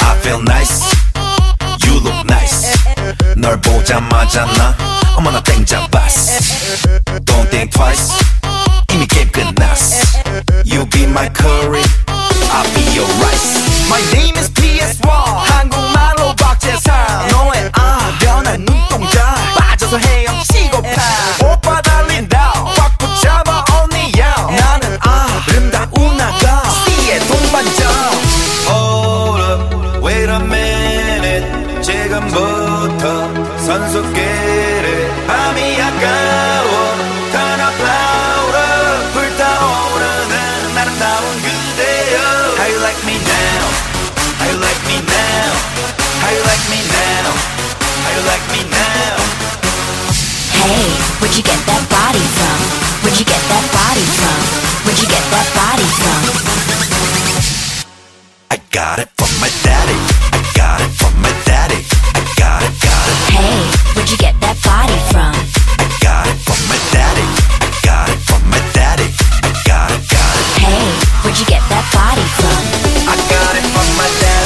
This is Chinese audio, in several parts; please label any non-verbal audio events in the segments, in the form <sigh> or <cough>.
I feel nice. You look nice. 널 보자마자 나 어머나 땡잡 봤어. Don't think twice. 이미 게임 끝났어. You be my curry. I'll be your rice. My name is PS1. 한국말로 박재상. 너의 아련한 눈동자. 빠져서 헤엄치고 파. 오빠 달린다. 꽉 붙잡아 언니야. 나는 아름다운 아가. 씨의 동반자. Hold up, wait a minute. 지금부터 선수끼리 밤이 아까워. Turn up louder, 불타오르는 아름다운 그대여. How you like me now? How you like me now? How you like me now? How you like me now? Hey, where'd you get that body from? Where'd you get that body from? Where'd you get that body from? I got it from my daddy. I got it from my daddy. I got it, got it. Hey, where'd you get that body from? I got it from my daddy. I got it from my daddy. I got it, got it. Hey, where'd you get that body from? I got it from my dad.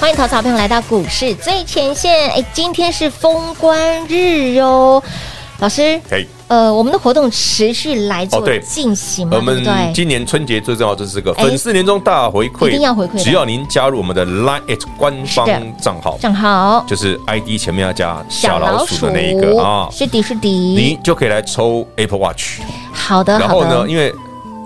欢迎投资好朋友来到股市最前线。哎，今天是封关日哟，老师。嘿呃，我们的活动持续来做哦对进行嘛，我对不们嗯对？今年春节最重要就是这个哎粉丝年终大回馈，一定要回馈的只要您加入我们的 Line at 官方是的账号，正好就是 ID 前面要加小老鼠的那一个啊，是的，是你的。就可以来抽 Apple Watch。好的，然啊好后呢，的。因为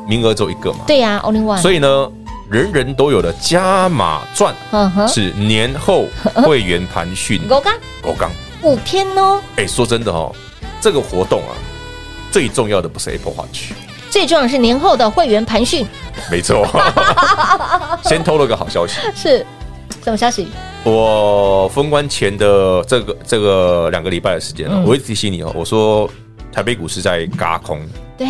名额只有一个嘛，对呀，Only One。所以，以呢，人人都有的加码赚嗯哼，是年后会员盘 <laughs>。讯狗干我刚五天哦。哎，说真的哦，这个活动啊，最重要的不是 Apple Watch。最重要的是年后的会员盘讯没 <laughs> 错，先透露个好消息，是什么消息？我封关前的这个这个两个礼拜的时间、啊嗯我一直提醒你哦，我说台北股市在嘎空，对，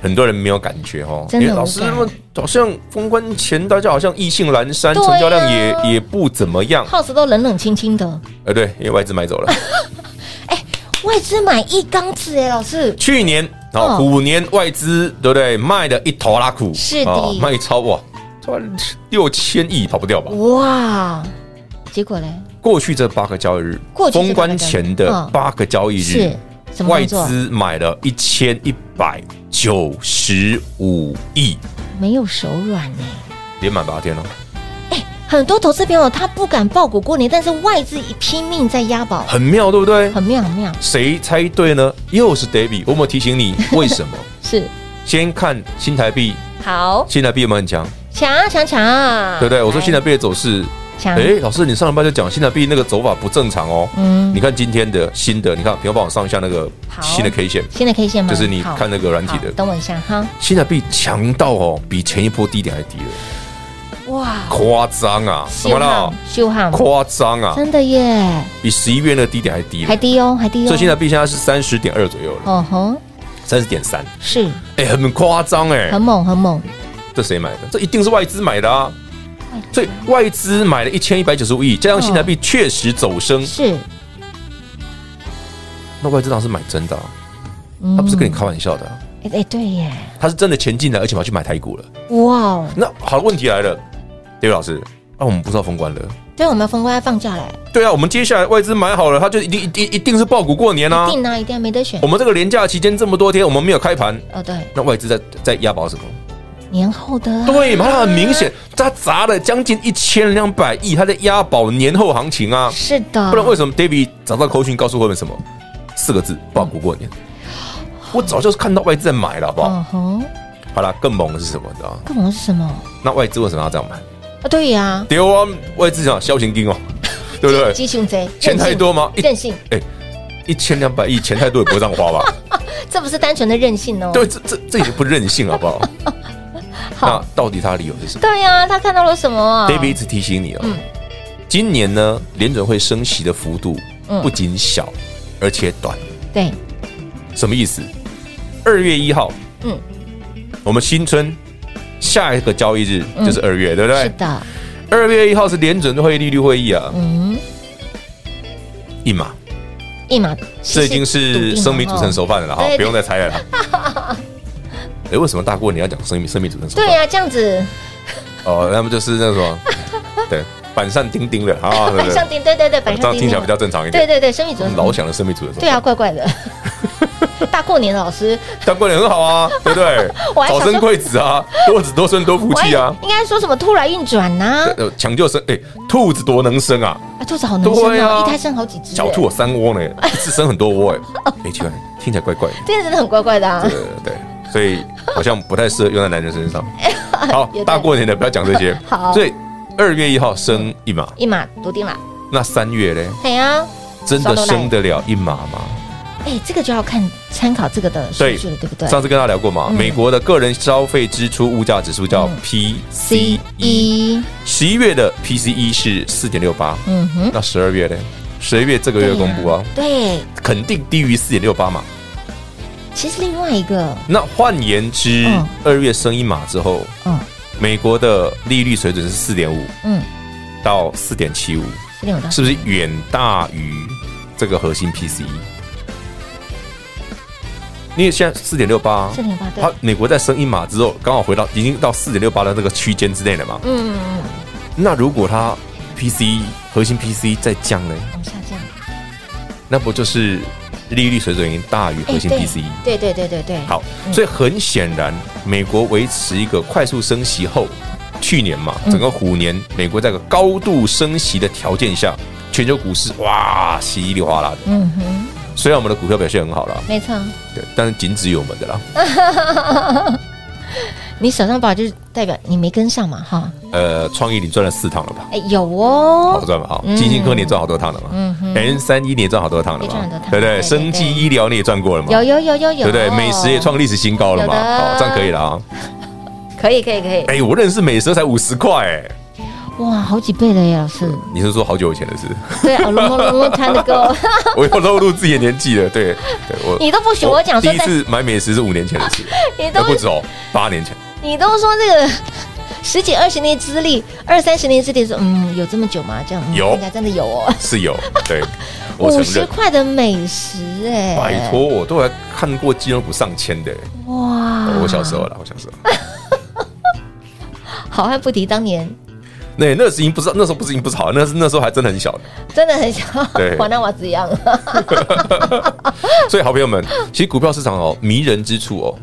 很多人没有感觉哦，真的因为老无师感那么好像封关前大家好像意兴阑珊，对啊成交量也也不怎么样，耗子都冷冷清清的，呃，对，因为外资 <laughs> 买走了，外资买一缸子哎，老师去年哦哦虎年外资对不对卖的一头拉苦，是的哦卖超哇，超六千亿跑不掉吧？嗯哇，结果嘞过去这八个交易日，过去这八个交易日嗯封关前的八个交易日是，什么外动作？资买了一千一百九十五亿，没有手软哎，连满八天哦，很多投资朋友他不敢报股过年，但是外资一拼命在押宝，很妙，对不对？很妙很妙，谁猜对呢？又是 David，我有没有提醒你为什 <laughs> 么？是先看新台币，好新台币有没有很强？抢啊抢抢啊，对不对？我说来新台币的走势，抢，哎，老师，你上礼拜就讲新台币那个走法不正常哦。嗯你看今天的新的，你看，平帮我上一下那个好新的 K 线，现在 K 线吗？就是你好看那个软体的好等我一下哈，新台币强到哦，比前一波低点还低了。哇，夸张啊！怎么了？修汉，夸张啊！真的耶，比十一月那个低点还低了还。低哦，还低哦，所以现在币现在是三十点二左右了，哦吼，三十点三，是哎，很夸张哎！很猛很猛，这谁买的？这一定是外资买的啊！所以外资买了一千一百九十五亿，加上新台币确实走升，是，那外资当然是买真的啊，嗯他不是跟你开玩笑的啊，哎、哎对耶，他是真的钱进来，而且跑去买台股了。哇哦，那好，问题来了，刘老师，那我们不知道封关了。对，我们要封关要放假嘞，对啊，我们接下来外资买好了，他就一定一定一定是爆股过年啊一！定啊，一定啊没得选我。们这个连假期间这么多天，我们没有开盘，哦，对，那外资在在押宝什么？年后的、啊，对嘛，它很明显，它砸了将近一千两百亿，它在押宝年后行情啊。是的，不然为什么 David 早上口讯告诉我们什么？四个字：爆股过年。我早就是看到外资在买了，好不好？嗯哼，好啦，更猛的是什么？你知道吗？更红是什么？那外资为什么要这样买？啊，对呀、丢啊！外资想消行金哦，对不对？ <laughs> 激情贼，钱太多吗？一任性，任性，哎，一千两百亿，钱太多也不会这样花吧？这不是单纯的任性哦。对，这这这已经不任性好不好？那到底他的理由是什么对呀、他看到了什么啊？David 一直提醒你哦，嗯今年呢，联准会升息的幅度嗯不仅小，而且短。对，什么意思？二月一号，嗯，我们新春下一个交易日就是二月，对不嗯是对？的，二月一号是联准会利率会议啊，嗯，一码，一码，这已经是生米煮成。熟饭了啦，哈对，不用再猜了 <laughs> 啦。哎，为什么大过年要讲生米生米煮成熟对饭？呀、这样子哦，那么就是那什 <laughs> 么，对，板上钉钉了啊，对板不上对？钉，对对对，板这上样钉听起钉来的。比较正常一对点。对对，生米煮成老想着生米煮成熟对饭，啊，怪怪 <laughs> 的。大过年的老师，但过年很好 <laughs> 啊，对不对我？还想早说生贵子啊，多子多孙多福我还气啊。应该说什么突然运转呐、对呃，抢救生，哎，兔子多能生啊，啊，兔子好能生对哦，啊一胎生好几只。小兔，有三窝呢，一次生很多窝 <laughs> 哎，哦哎，奇怪，听起来怪怪的。这样真的很怪怪的啊对。对，对所以好像不太适合用在男 <laughs> 人身上。好也对，大过年的不要讲这些。 <laughs> 好所以二月一号升一码，一码笃定了，那三月嘞，哎呀，真双的头奶升得了一码吗？哎，这个就要看参考这个的数据了，对不对？上次跟大家聊过嘛，嗯美国的个人消费支出物价指数叫嗯 E PCE，十一月的 PCE 是四点六八，嗯哼，那十二月嘞？十二月这个月公布啊，对，肯定低于四点六八嘛。其实另外一个，那换言之嗯，二月升一码之后，嗯美国的利率水准是四点五嗯，到四点七五，是另外一个是不是远大于这个核心 PCE？因为现在四点六八，啊四点八对它，美国在升一码之后，刚好回到已经到四点六八的这个区间之内了嘛。嗯嗯嗯，那如果它 PCE 核心 PCE 再降呢，往嗯下降，那不就是利率水准已经大于核心 E？PCE？哎对对对对对，好，所以很显然，美国维持一个快速升息后，去年嘛，嗯整个虎年，美国在一个高度升息的条件下，全球股市哇稀里哗啦的。嗯哼，虽然我们的股票表现很好啦，没错，对，但是仅止于我们的啦。你手上宝就是代表你没跟上嘛哈，呃，创意你赚了四趟了吧？哎有好哦，赚吧？啊，嗯金星科你也赚好多趟了嘛？嗯哼 N 三一你也赚好多趟了也赚嘛很多？趟对不对对对？对生技医疗你也赚过了嘛？有有有有有，哦对不对？美食也创历史新高了嘛？有的好，这样可以了啊！可以可以可以，哎，我认识美食才五十块，哎，哇，好几倍了耶，老师，你是说好久以前的事？对啊，龙 <laughs> 龙龙龙摊的歌， <laughs> 我又露露自己的年纪了，对，对我你都不许我讲哦第说一在，次买美食是五年前的事，你哎 <laughs> 都不止哦，八年前。你都说这个十几二十年资历，二三十年资历说，嗯，有这么久吗？这样嗯有应该真的有哦。是有， <laughs> 对，我承五十认。块的美食、哎，拜托，我都还看过金融股上千的，哇我小时候啦，我小时候，好汉不提当年，那那时已经不知道，那时候不是已经不是好，那是那时候还真的很小 <laughs> 的。真的很像 <laughs> 对华纳瓦子一样。所以，好朋友们，其实股票市场哦，迷人之处哦，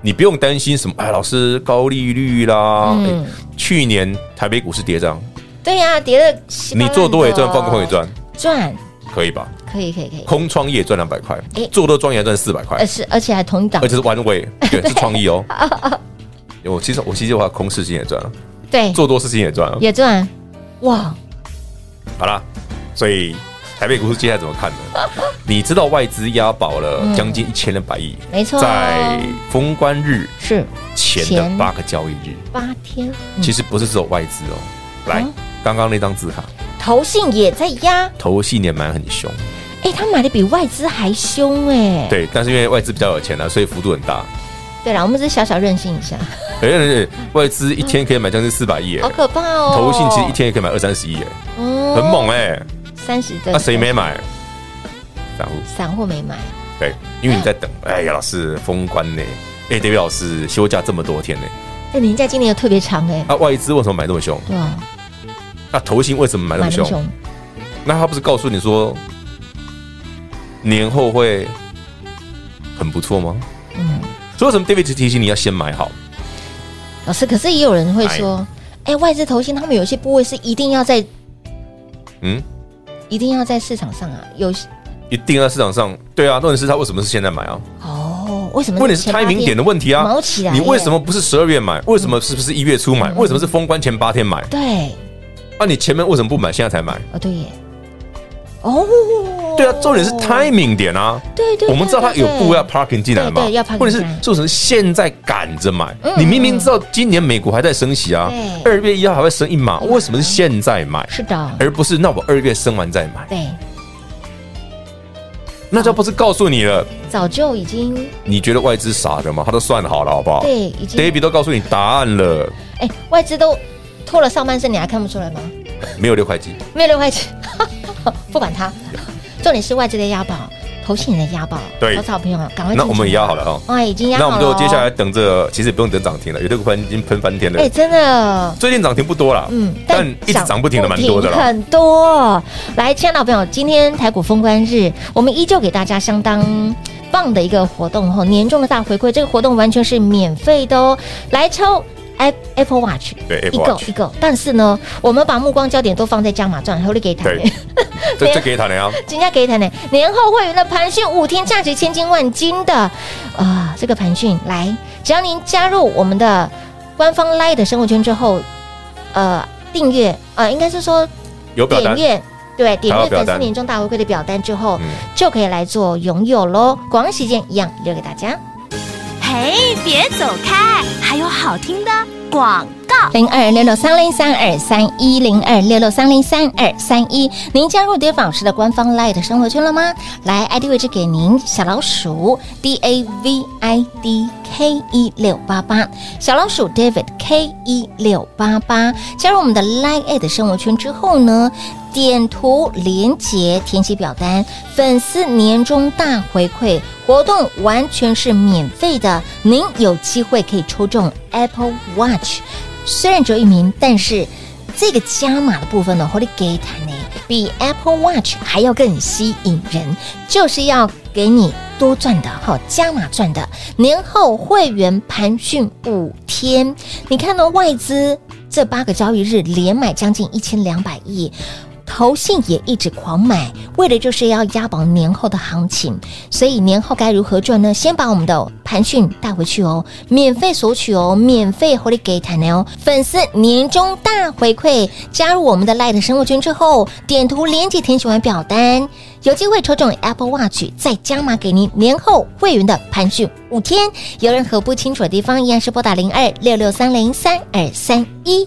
你不用担心什么，哎，老师高利率啦，嗯哎去年台北股市跌涨，对呀、跌了稀巴你烂的做多也赚，放空也，赚，赚可以吧？可以可以可以，空窗也赚两百块哎，做多庄也赚四百块而，是而且还同一档而，且是 <laughs> one way，对，是创意哦。我其实我其实我空事情也赚了，对，做多事情也赚了。哎也赚，哇，好啦，所以台北股市接下来怎么看呢？你知道外资押宝了将近一千两百亿，没嗯错在封关日是嗯前前的八个交易日，八天，其实不是只有外资哦。来嗯，刚刚那张字卡，投信也在压，投信也买很凶，哎、他买的比外资还凶哎、对，但是因为外资比较有钱啊，所以幅度很大。对了，我们只是小小任性一下，哎，哎哎外资一天可以买将近四百亿耶好，可怕哦。投信其实一天也可以买二三十亿耶，嗯很猛哎。三十对，那谁没买？散户散户没买，对，因为你在等。哎呀，老师封关呢？哎，David 老师休假这么多天呢？哎，您在今年又特别长哎、那外资为什么啊买那么凶？对啊，那投信为什么买那么买那么凶？凶，那他不是告诉你说年后会很不错吗？嗯，所以为什么 David 一直提醒你要先买好？老师，可是也有人会说，哎、外资投信他们有些部位是一定要在嗯，一定要在市场上啊，有些一定在市场上。对啊，问题是他为什么是现在买啊？哦，为什么？问题是 timing 点的问题啊毛起来，嗯你为什？么不是十二月买？为什么是不是一月初买？为什么是封关前八天买？啊对，那你前面为什么不买？现在才买？哦对耶，哦，对啊，重点是 timing 点啊。对哦对对我们知道他有对步要 parking 进来嘛，对对要 parking 或者是进来做成现在赶着买嗯，你明明知道今年美国还在升息啊，对啊二月一号还会升一码，为什么是现在买，是的，而不是哦那我二月升完再买？对，那就不是告诉你了，早就已经你觉得外资傻的吗？他都算好了，好不好对已经？David 都告诉你答案了，哎，外资都拖了上半身，你还看不出来吗？没有六块几，没有六块钱， <laughs> 不管它，重点是外资的押宝，投信人的押宝，对好好朋友赶快进去，那我们也要好了哦。哎，已经压那好了我们哦，就接下来等着，其实也不用等涨停了，有的股份已经喷翻天了哎，。真的。最近涨停不多了，嗯，但一直涨不停的蛮多的啦。很多。来，亲爱的老朋友，今天台股封关日，我们依旧给大家相当。棒的一个活动哈，年终的大回馈，这个活动完全是免费的哦，来抽 App- Apple Watch，对一，Apple 个 Watch，一个。但是呢，我们把目光焦点都放在加码赚，还有你给他，对，这这给他了啊，人家给他呢，年后会员的盘讯五天价值千金万金的啊、这个盘讯来，只要您加入我们的官方 Live 的生活圈之后，呃，订阅呃，应该是说有表点单，阅。对，点还有阅表粉单丝年终大回馈的表单之后，嗯就可以来做拥有喽。广告时间一样留给大家。嘿，别走开，还有好听的广告。零二六六三零三二三一零二六六三零三二三一。您加入蝶老师的官方 Light 生活圈了吗？来，ID 位置给您，小老鼠 D A V I D K 一六八八，小老鼠 David K 一六八八。加入我们的 Light 的生活圈之后呢？点图连结填写表单，粉丝年终大回馈活动完全是免费的，您有机会可以抽中 Apple Watch，虽然只有一名，但是这个加码的部分呢 h o l y g a t e 呢，比 Apple Watch 还要更吸引人，就是要给你多赚的哈，加码赚的年后会员盘讯五天，你看呢外资。这八个交易日连买将近一千两百亿，投信也一直狂买，为的就是要押宝年后的行情。所以年后该如何赚呢？先把我们的盘讯带回去哦，免费索取哦，免费 Holy g a t 哦。粉丝年终大回馈，加入我们的 Light 生活圈之后，点图连接填写完表单，有机会抽中 Apple Watch，再加码给您年后会员的盘讯五天。有任何不清楚的地方，依然是拨打零二六六三零三二三一。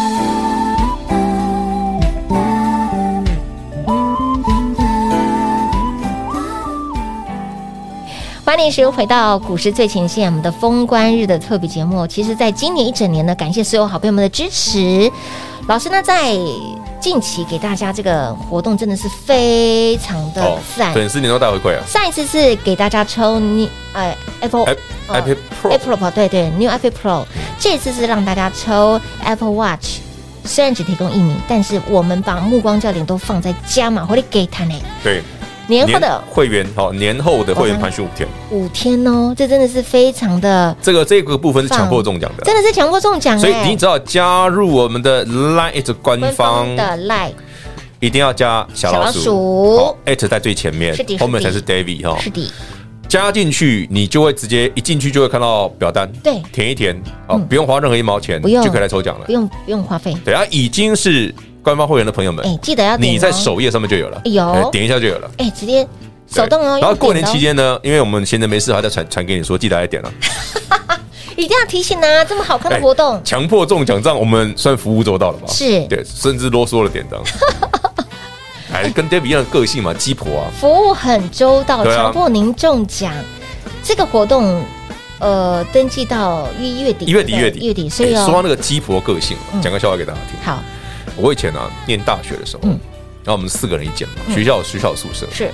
欢迎时回到股市最前线，我们的封关日的特别节目。其实，在今年一整年呢，感谢所有好朋友们的支持。老师呢，在近期给大家这个活动真的是非常哦的赞。粉丝年终大回馈啊上一次是给大家抽你呃 Apple ，App 呃 App Pro Apple Pro 对对 New Apple Pro，这次是让大家抽 Apple Watch。虽然只提供一名，但是我们把目光焦点都放在加码或者给他呢对，年后的会员好，年后的会员盘讯五天，五天哦，这真的是非常的这个这个部分是强迫中奖的真，的是强迫中奖、欸，所以你只要加入我们的 Line 官官方方，的 Line 一定要加小老小老鼠，鼠好，at 在最前面是的，后面是才的是 David 哈，是的，加进去你就会直接一进去就会看到表单，对填一填，好，嗯不用花任何一毛钱，不用就可以来抽奖了不。用不用花费，对啊，已经是官方会员的朋友们哎、，记得要点、哦、你在首页上面就有了，哎呦哎点一下就有了。哎、直接手动哦，用对然后点的哦过年期间呢，因为我们闲着没事还在传传给你说，记得来点了。一定要提醒啊，这么好看的哎活动，强迫中奖，这样我们算服务周到了吧？是对，甚至啰嗦了点 <laughs> 这样。哎，跟 David 一样的个性嘛，鸡婆啊。服务很周到，对啊强迫您中奖，这个活动呃登记到一月底，一月底，对一不对月底，一月底，所以哎说到哦，那个鸡婆个性嗯，讲个笑话给大家听。好我以前啊，念大学的时候，嗯然后我们四个人一间嘛，学校有学校宿舍，是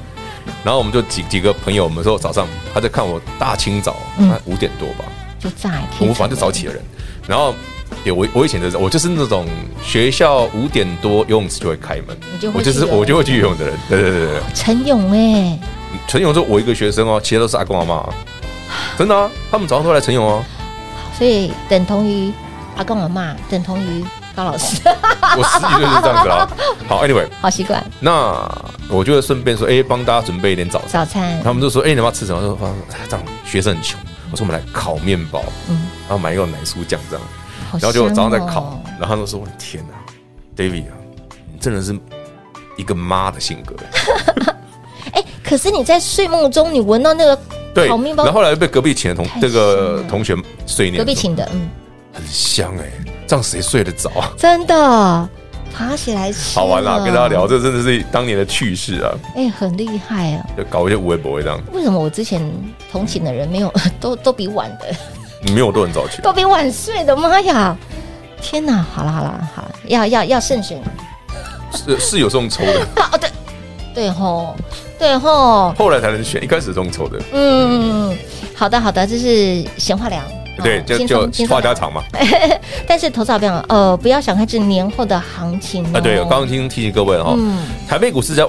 然后我们就几几个朋友，我们说早上他在看我大清早，啊嗯那五点多吧，就在，可以我反正就早起的人。然后，对我我以前就是我就是那种学校五点多游泳池就会开门你就，会我就是去游泳我就会去游泳的人。对对对对对，陈勇哎、晨泳就我一个学生哦，其他都是阿公阿妈、真的啊，他们早上都会来晨泳哦。所以等同于阿公阿妈，等同于高老师， <laughs> 我十几岁就是这样子啦。好，Anyway， <laughs> 好习惯。那我就顺便说，哎、帮大家准备一点早早餐。餐他们就说，哎、你们要吃什么？我说，啊这样学生很穷。我说我们来烤面包，嗯，然后买一个奶酥酱这样，好然后就香早上在哦烤，然后他们说，我的天哪、d a v i d 啊，你真的是一个妈的性格。哎，可是你在睡梦中，你闻到那个对，烤面包然后后来被隔壁请的同太这个香了同学睡念，隔壁请的，嗯，很香哎、这样谁睡得着啊？真的爬起来吃好玩啦、了跟大家聊，，这真的是当年的趣事啊，哎，很厉害啊！就搞一些无微不微这样。为什么我之前同寝的人没有 <laughs> 都都比晚的， <laughs> 你没有都很早起，都比晚睡的？妈呀！天哪！好了好了好了，要要要慎选。是是有这种抽 <laughs> 的，啊哦对对吼对吼，后来才能选，一开始这种抽的，嗯，好的好的，这是闲话聊。对，哦就轻松就轻松话家聊常嘛。但是投资好朋友，呃，不要小看这年后的行情哦啊，对，我刚刚听提醒各位哈、嗯台北股市在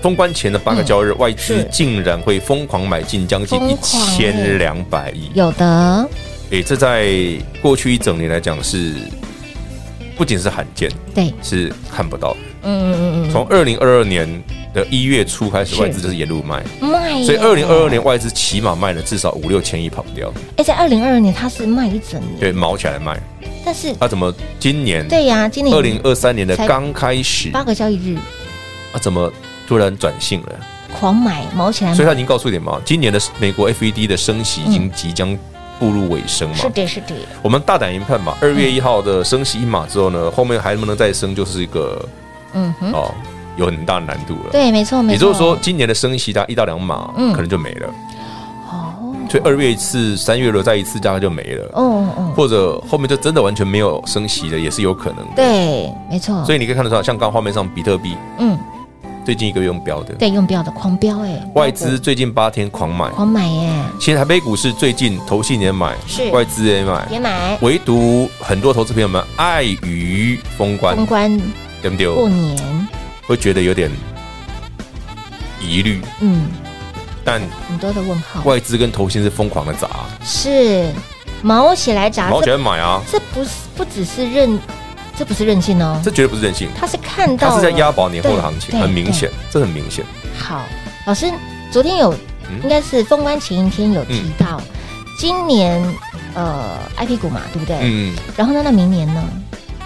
封关前的八个交易日，外资是竟然会疯狂买进将近疯一狂千两百亿，有的，诶，这在过去一整年来讲是不仅是罕见，对，是看不到的。嗯嗯嗯从二零二二年的一月初开始，是外资就是沿路卖，嗯，卖耶，所以二零二二年外资起码卖了至少五六千亿跑不掉，哎，在二零二二年它是卖一整年，对，毛起来卖。啊但是他、怎么今年对呀、今年二零二三年的才刚开始，八个交易日啊，怎么突然转性了？狂买，毛起来所以买，他已经告诉你们啊，今年的美国 FED 的升息已经即将步入尾声是嘛。的，嗯是的，我们大胆研判嘛，二月一号的升息一码之后呢，后面还能不能再升，就是一个嗯哼，哦，有很大的难度了。对，没错，没错，也就是说，今年的升息大概一到两码，嗯可能就没了。哦，所以二月一次，三月如果再一次，大概就没了。哦哦，或者后面就真的完全没有升息了，也是有可能的。对，没错，所以以你可以看得到，像刚画面上比特币嗯，最近一个月用标的，对，哦用标的狂标，哎，外资最近八天狂买。狂买哎耶，其实台北股市最近投信也买，是外资也买，也买，唯独很多投资朋友们碍于封关，公关哦对不过对？年，会觉得有点疑虑，嗯，但很多的问号，外资跟投信是疯狂的砸，是毛起来砸，毛这起来买啊，这不是不只是任，这不是任性哦，这绝对不是任性，他是看到它是在了押宝年后的行对情，对很明显，这很明显。好，老师，昨天有嗯应该是封关前一天有提到，今年呃 IP 股嘛，对不对？嗯，然后呢，那明年呢？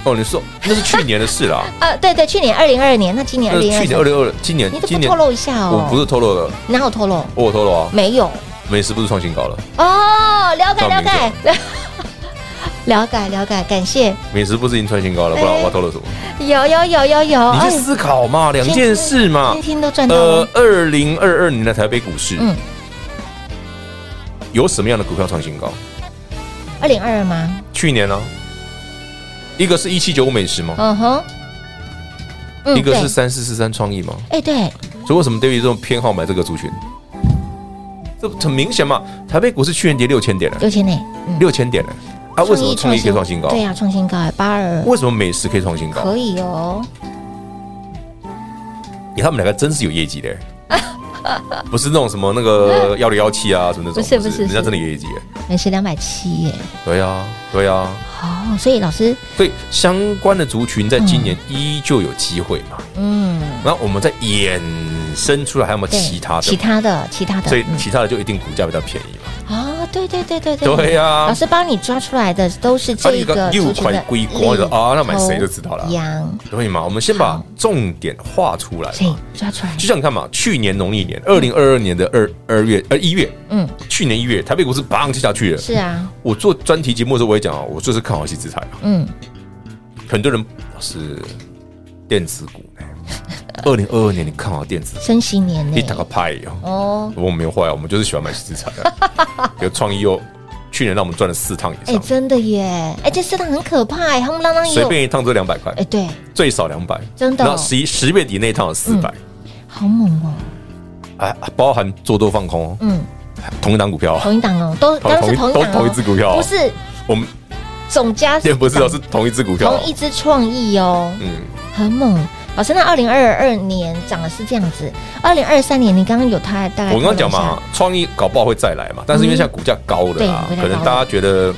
哦，你说那是去年的 <laughs> 事啦，啊，对对，去年二零二二年，那今年那二是零呃去年二二，零二，今年你怎今么年透露一下哦？我不是透露了，哪有透露？我有透露啊，没有美食不是创新高了，哦，了解那了明解年。了解 <laughs> 了解，感谢美食不是已经创新高了，不然哎我要透露什么？有有有有有，你去思考嘛，两件事嘛天。天都赚到呃了，，二零二二年的台北股市，嗯有什么样的股票创新高？二零二二吗？去年呢、一个是一七九五美食嘛，嗯哼，嗯一个是对三四四三创意嘛，哎对，所以为什么 David 这种偏好买这个族群？这很明显嘛，台北股市去年跌六千点了，六千呢？嗯，六千点了，啊，为什么创意可以创新高？对呀，创新高八二为什么美食可以创新高？可以哦。欸他们两个真是有业 <laughs> 绩的、不是那种什么那个幺零幺七啊什么那不种，是不是人家是真的有业绩、欸。美食两百七耶，对啊，对啊，哦，所以老师，所以相关的族群在今年依旧有机会嘛。嗯，然后我们再衍生出来，还有没有对，其他的？其他的，其他的，所以嗯其他的就一定股价比较便宜嘛。啊，对对对对对呀老师帮你抓出来的都是啊这一个个六族群块的龟光的领啊那买谁头就知道了羊，所以嘛，我们先把重点画出来所以嘛。抓出来就，像你看嘛，去年农历年二零二二年的二二月呃一月，嗯，去年一月台北股市砰就下去了。是啊，我做专题节目的时候我也讲啊，我就是看好戏资材啊。嗯，很多人是电子股呢。二零二二年你看好电子，升息年你打个呢，派哟、哦，我们没有坏啊，我们就是喜欢买资产 <laughs> 啊。有创意又，去年让我们赚了四趟以哎，上，真的耶，哎，这市场很可怕，夯不啷当随有，便一趟就两百块，哎，对，最少两百。真的哦嗯然后十一十月底那一趟有四百、好猛哦，哎，包含做多放空哦，嗯，同一档股票哦，同一档哦，都同当然是同同一一档哦，都同一只股票哦不是我们总加也不是哦，是同一只股票哦。同一支创意哦，嗯，很猛。老师，那二零二二年涨的是这样子，二零二三年你刚刚有它大概我刚刚讲多少嘛，创意搞不好会再来嘛，但是因为现在股价高了啦嗯对，股价可能高了大家觉得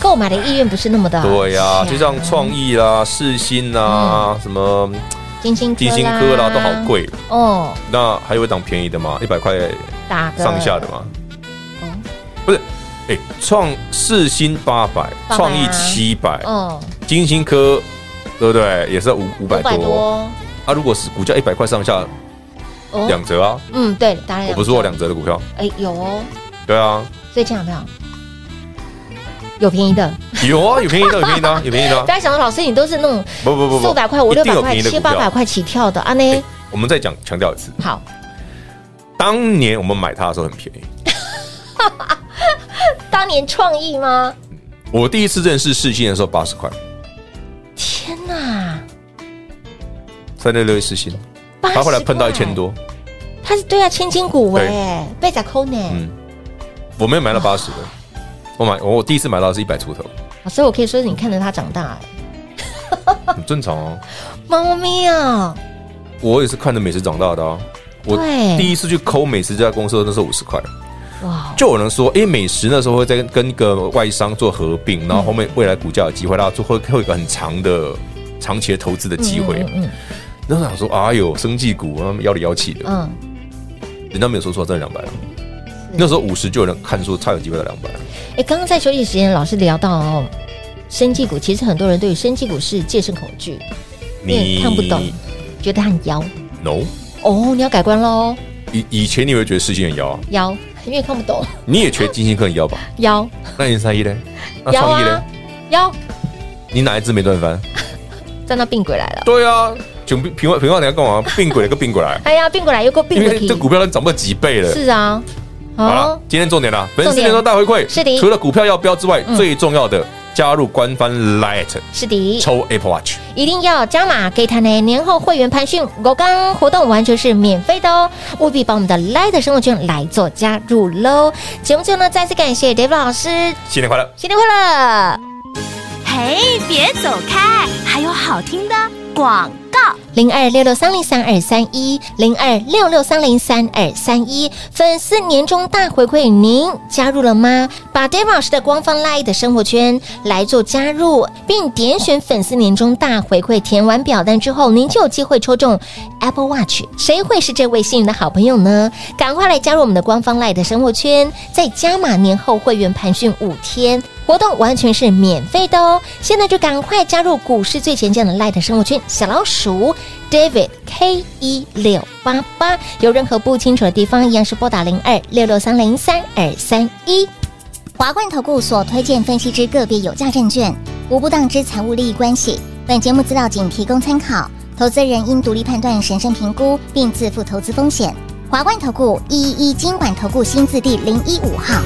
购买的意愿不是啊嗯那么的。对呀、强就像创意啦、世新啦、什么金星地心科啦，都好贵。哦，那还有一档便宜的吗？一百块打个上下的吗？哦不是，哎，创世新八百， 800创意七百，哦，金星科对不对？也是五五百五百多。多啊，如果是股价一百块上下，哦两折啊，嗯，对，当然我不是有做两折的股票，哎有哦，对啊，所以这样有没有？有便宜的，有 <laughs> 啊，有便宜的，有便宜的啊，有便宜的啊大，家想说老师你都是那种不不不不，四五百块、五六一定百有块、便宜的七股八百票。块起跳的啊？呢哎，我们再讲强调一次，好，当年我们买它的时候很便宜，当年创意吗？我第一次认识世新的时候八十块，天哪，三六六一世新，八它后来碰到一千，多，它是对啊，千金股对哎，被宰扣呢。嗯，我没有买到八十的，我买我第一次买到的是一百出头，老师，我哦可以说是你看着它长大哎，很正常哦。猫咪啊，我也是看着美食长大的啊，我对第一次去抠美食这家公司的时候那时候五十块，哇，就有人说，因为美食那时候会在跟一个外商做合并，然后后面未来股价有机会，大家做会会有一个很长的长期的投资的机会。嗯嗯那我想说，哎呦，生技股啊，妖里妖气的，嗯，人家没有说出来真的两百了。那时候五十就有人看说，它有机会到两百。哎，刚刚在休息时间，老师聊到哦，生技股，其实很多人对于生技股是戒慎恐惧，你也看不懂，觉得它很妖？No，哦，你要改观喽，以以前你会觉得世界很妖啊，妖，因为看不懂 <laughs> 你也觉得金星科很妖吧？妖那零三一嘞？那妖创意嘞啊？妖，你哪一只没赚翻？站到病鬼来了，对啊，穷平平话平话你要干嘛？并轨了个并轨 <laughs> 来，哎呀，病鬼来又过病因鬼为皮这，股票都涨不到几倍了。是啊，好了哦，，今天重点啦，粉重丝点年终大回馈，是的除了股票要标之外，嗯最重要的加入官方 Light 是的，抽 Apple Watch，一定要加码给他呢！年后会员盘讯狗刚活动完全是免费的哦，务必把我们的 Light 生活圈来做加入喽！节目最后呢，再次感谢 Dave 老师，新年快乐！新年快乐！嘿，别走开，还有好听的广告。零二六六三零三二三一，零二六六三零三二三一，粉丝年终大回馈，您加入了吗？把 Dave 老师的官方 Live 的生活圈来做加入，并点选粉丝年终大回馈，填完表单之后，您就有机会抽中 Apple Watch。谁会是这位幸运的好朋友呢？赶快来加入我们的官方 Live 的生活圈，再加码年后会员盘讯五天。活动完全是免费的哦！现在就赶快加入股市最前线的 Light 生活圈小老鼠 David K 一六八八，有任何不清楚的地方，一样是拨打零二六六三零三二三一。华冠投顾所推荐分析之个别有价证券，无不当之财务利益关系。本节目资料仅提供参考，投资人应独立判断、审慎评估，并自负投资风险。华冠投顾一一一金管投顾新字第零一五号。